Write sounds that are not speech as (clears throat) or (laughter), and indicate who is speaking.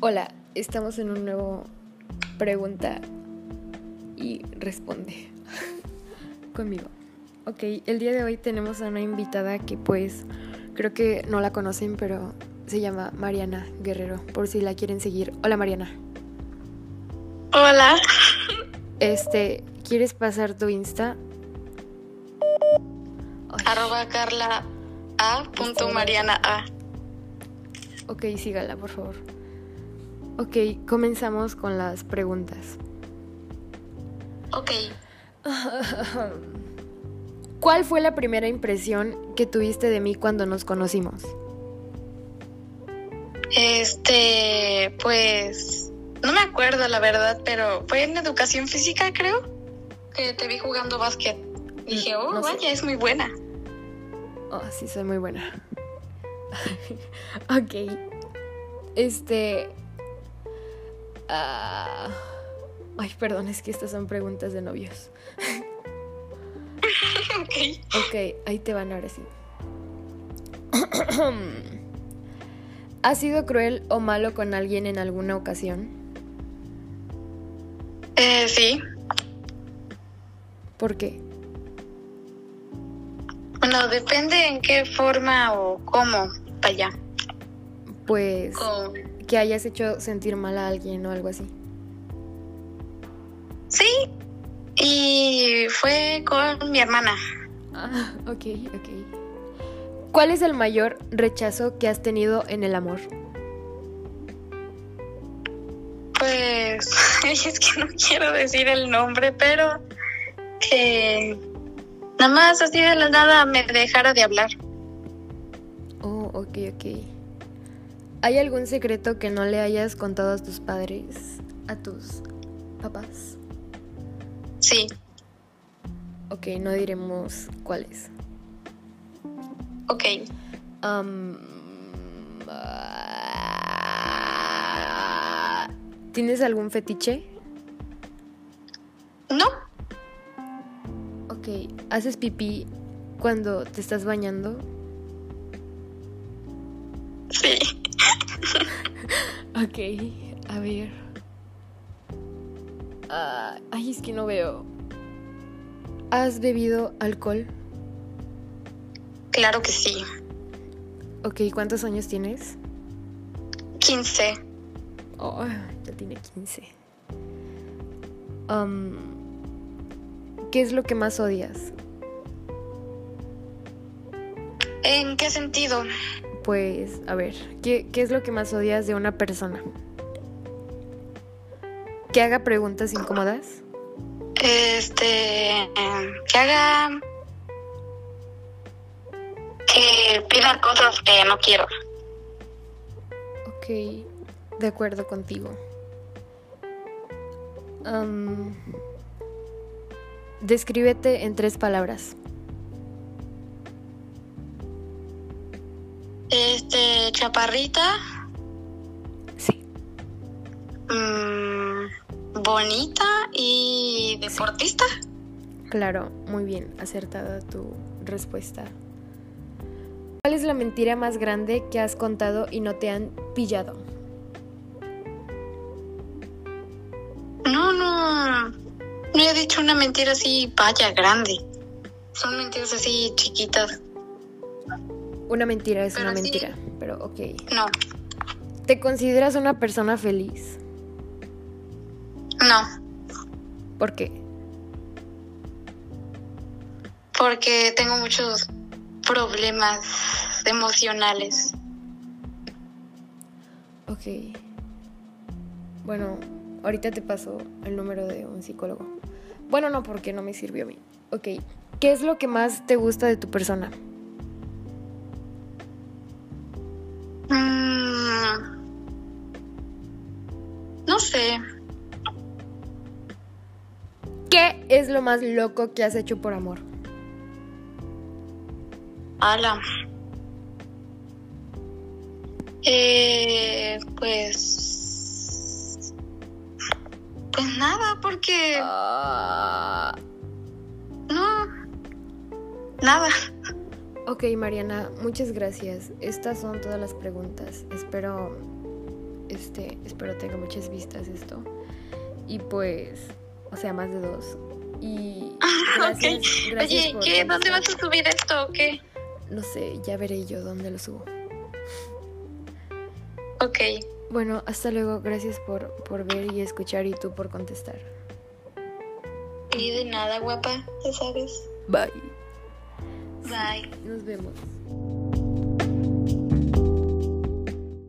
Speaker 1: Hola, estamos en un nuevo pregunta y responde (laughs) conmigo. Ok, el día de hoy tenemos a una invitada que pues creo que no la conocen, pero se llama Mariana Guerrero, por si la quieren seguir. Hola Mariana.
Speaker 2: Hola.
Speaker 1: Este, ¿quieres pasar tu Insta? Ay,
Speaker 2: Arroba Carla A. Punto Mariana A.
Speaker 1: ok, sígala, por favor. Ok, comenzamos con las preguntas.
Speaker 2: Ok.
Speaker 1: ¿Cuál fue la primera impresión que tuviste de mí cuando nos conocimos?
Speaker 2: Este, pues, no me acuerdo la verdad, pero fue en educación física, creo, que te vi jugando básquet. Dije,
Speaker 1: Mm,
Speaker 2: oh,
Speaker 1: no sé.
Speaker 2: vaya, es muy buena. (laughs)
Speaker 1: Oh, sí, soy muy buena. (laughs) ok. Este. ah, Ay, perdón, es que estas son preguntas de novios.
Speaker 2: Ok.
Speaker 1: Ok, ahí te van ahora sí. (clears throat) ¿Has sido cruel o malo con alguien en alguna ocasión?
Speaker 2: Eh, sí.
Speaker 1: ¿Por qué?
Speaker 2: Bueno, depende en qué forma o cómo, para allá.
Speaker 1: Pues
Speaker 2: Con-
Speaker 1: que hayas hecho sentir mal a alguien o algo así.
Speaker 2: Sí. Y fue con mi hermana.
Speaker 1: Ah, ok, ok. ¿Cuál es el mayor rechazo que has tenido en el amor?
Speaker 2: Pues, (laughs) es que no quiero decir el nombre, pero que nada más así de la nada me dejara de hablar.
Speaker 1: Oh, ok, ok. ¿Hay algún secreto que no le hayas contado a tus padres, a tus papás?
Speaker 2: Sí,
Speaker 1: Ok, no diremos cuáles.
Speaker 2: ok.
Speaker 1: Am, ah, ¿Tienes algún fetiche?
Speaker 2: ¿No?
Speaker 1: Ok, ¿haces pipí cuando te estás bañando?
Speaker 2: Sí.
Speaker 1: Ok, a ver. Ah, ay, es que no veo. ¿Has bebido alcohol?
Speaker 2: Claro que sí.
Speaker 1: Ok, ¿cuántos años tienes?
Speaker 2: 15.
Speaker 1: Oh, ya tiene 15. Am, ¿Qué es lo que más odias?
Speaker 2: ¿En qué sentido?
Speaker 1: Pues, a ver, ¿qué, qué es lo que más odias de una persona? ¿Que haga preguntas incómodas?
Speaker 2: Este. eh, Que haga. Que pida cosas que no quiero.
Speaker 1: Ok, de acuerdo contigo. Am, descríbete en tres palabras.
Speaker 2: Este. Chaparrita.
Speaker 1: Sí.
Speaker 2: mm, bonita y deportista.
Speaker 1: Claro, muy bien, acertada tu respuesta. ¿Cuál es la mentira más grande que has contado y no te han pillado?
Speaker 2: No, no. No he dicho una mentira así, vaya, grande. Son mentiras así chiquitas.
Speaker 1: Una mentira es
Speaker 2: Pero
Speaker 1: una
Speaker 2: sí.
Speaker 1: mentira, pero ok.
Speaker 2: No,
Speaker 1: ¿Te consideras una persona feliz?
Speaker 2: no.
Speaker 1: ¿Por qué?
Speaker 2: porque tengo muchos problemas emocionales.
Speaker 1: Ok. Bueno, ahorita te paso el número de un psicólogo. Bueno, no, porque no me sirvió a mí. Ok. ¿Qué es lo que más te gusta de tu persona?
Speaker 2: Mm, no sé,
Speaker 1: ¿Qué es lo más loco que has hecho por amor?
Speaker 2: ala. Eh, pues... Pues nada, porque...
Speaker 1: Ah.
Speaker 2: No. Nada.
Speaker 1: Ok, Mariana, muchas gracias. Estas son todas las preguntas. Espero Este, espero tenga muchas vistas esto. Y pues, o sea, más de dos. Y gracias,
Speaker 2: Ah, Ok.
Speaker 1: gracias
Speaker 2: Oye,
Speaker 1: por
Speaker 2: ¿qué? ¿Dónde
Speaker 1: contestar.
Speaker 2: vas a subir esto o qué?
Speaker 1: No sé, ya veré yo dónde lo subo.
Speaker 2: Ok.
Speaker 1: Bueno, hasta luego. Gracias por, por ver y escuchar y tú por contestar.
Speaker 2: Y de nada, guapa, ya sabes.
Speaker 1: Bye.
Speaker 2: Bye.
Speaker 1: Nos vemos.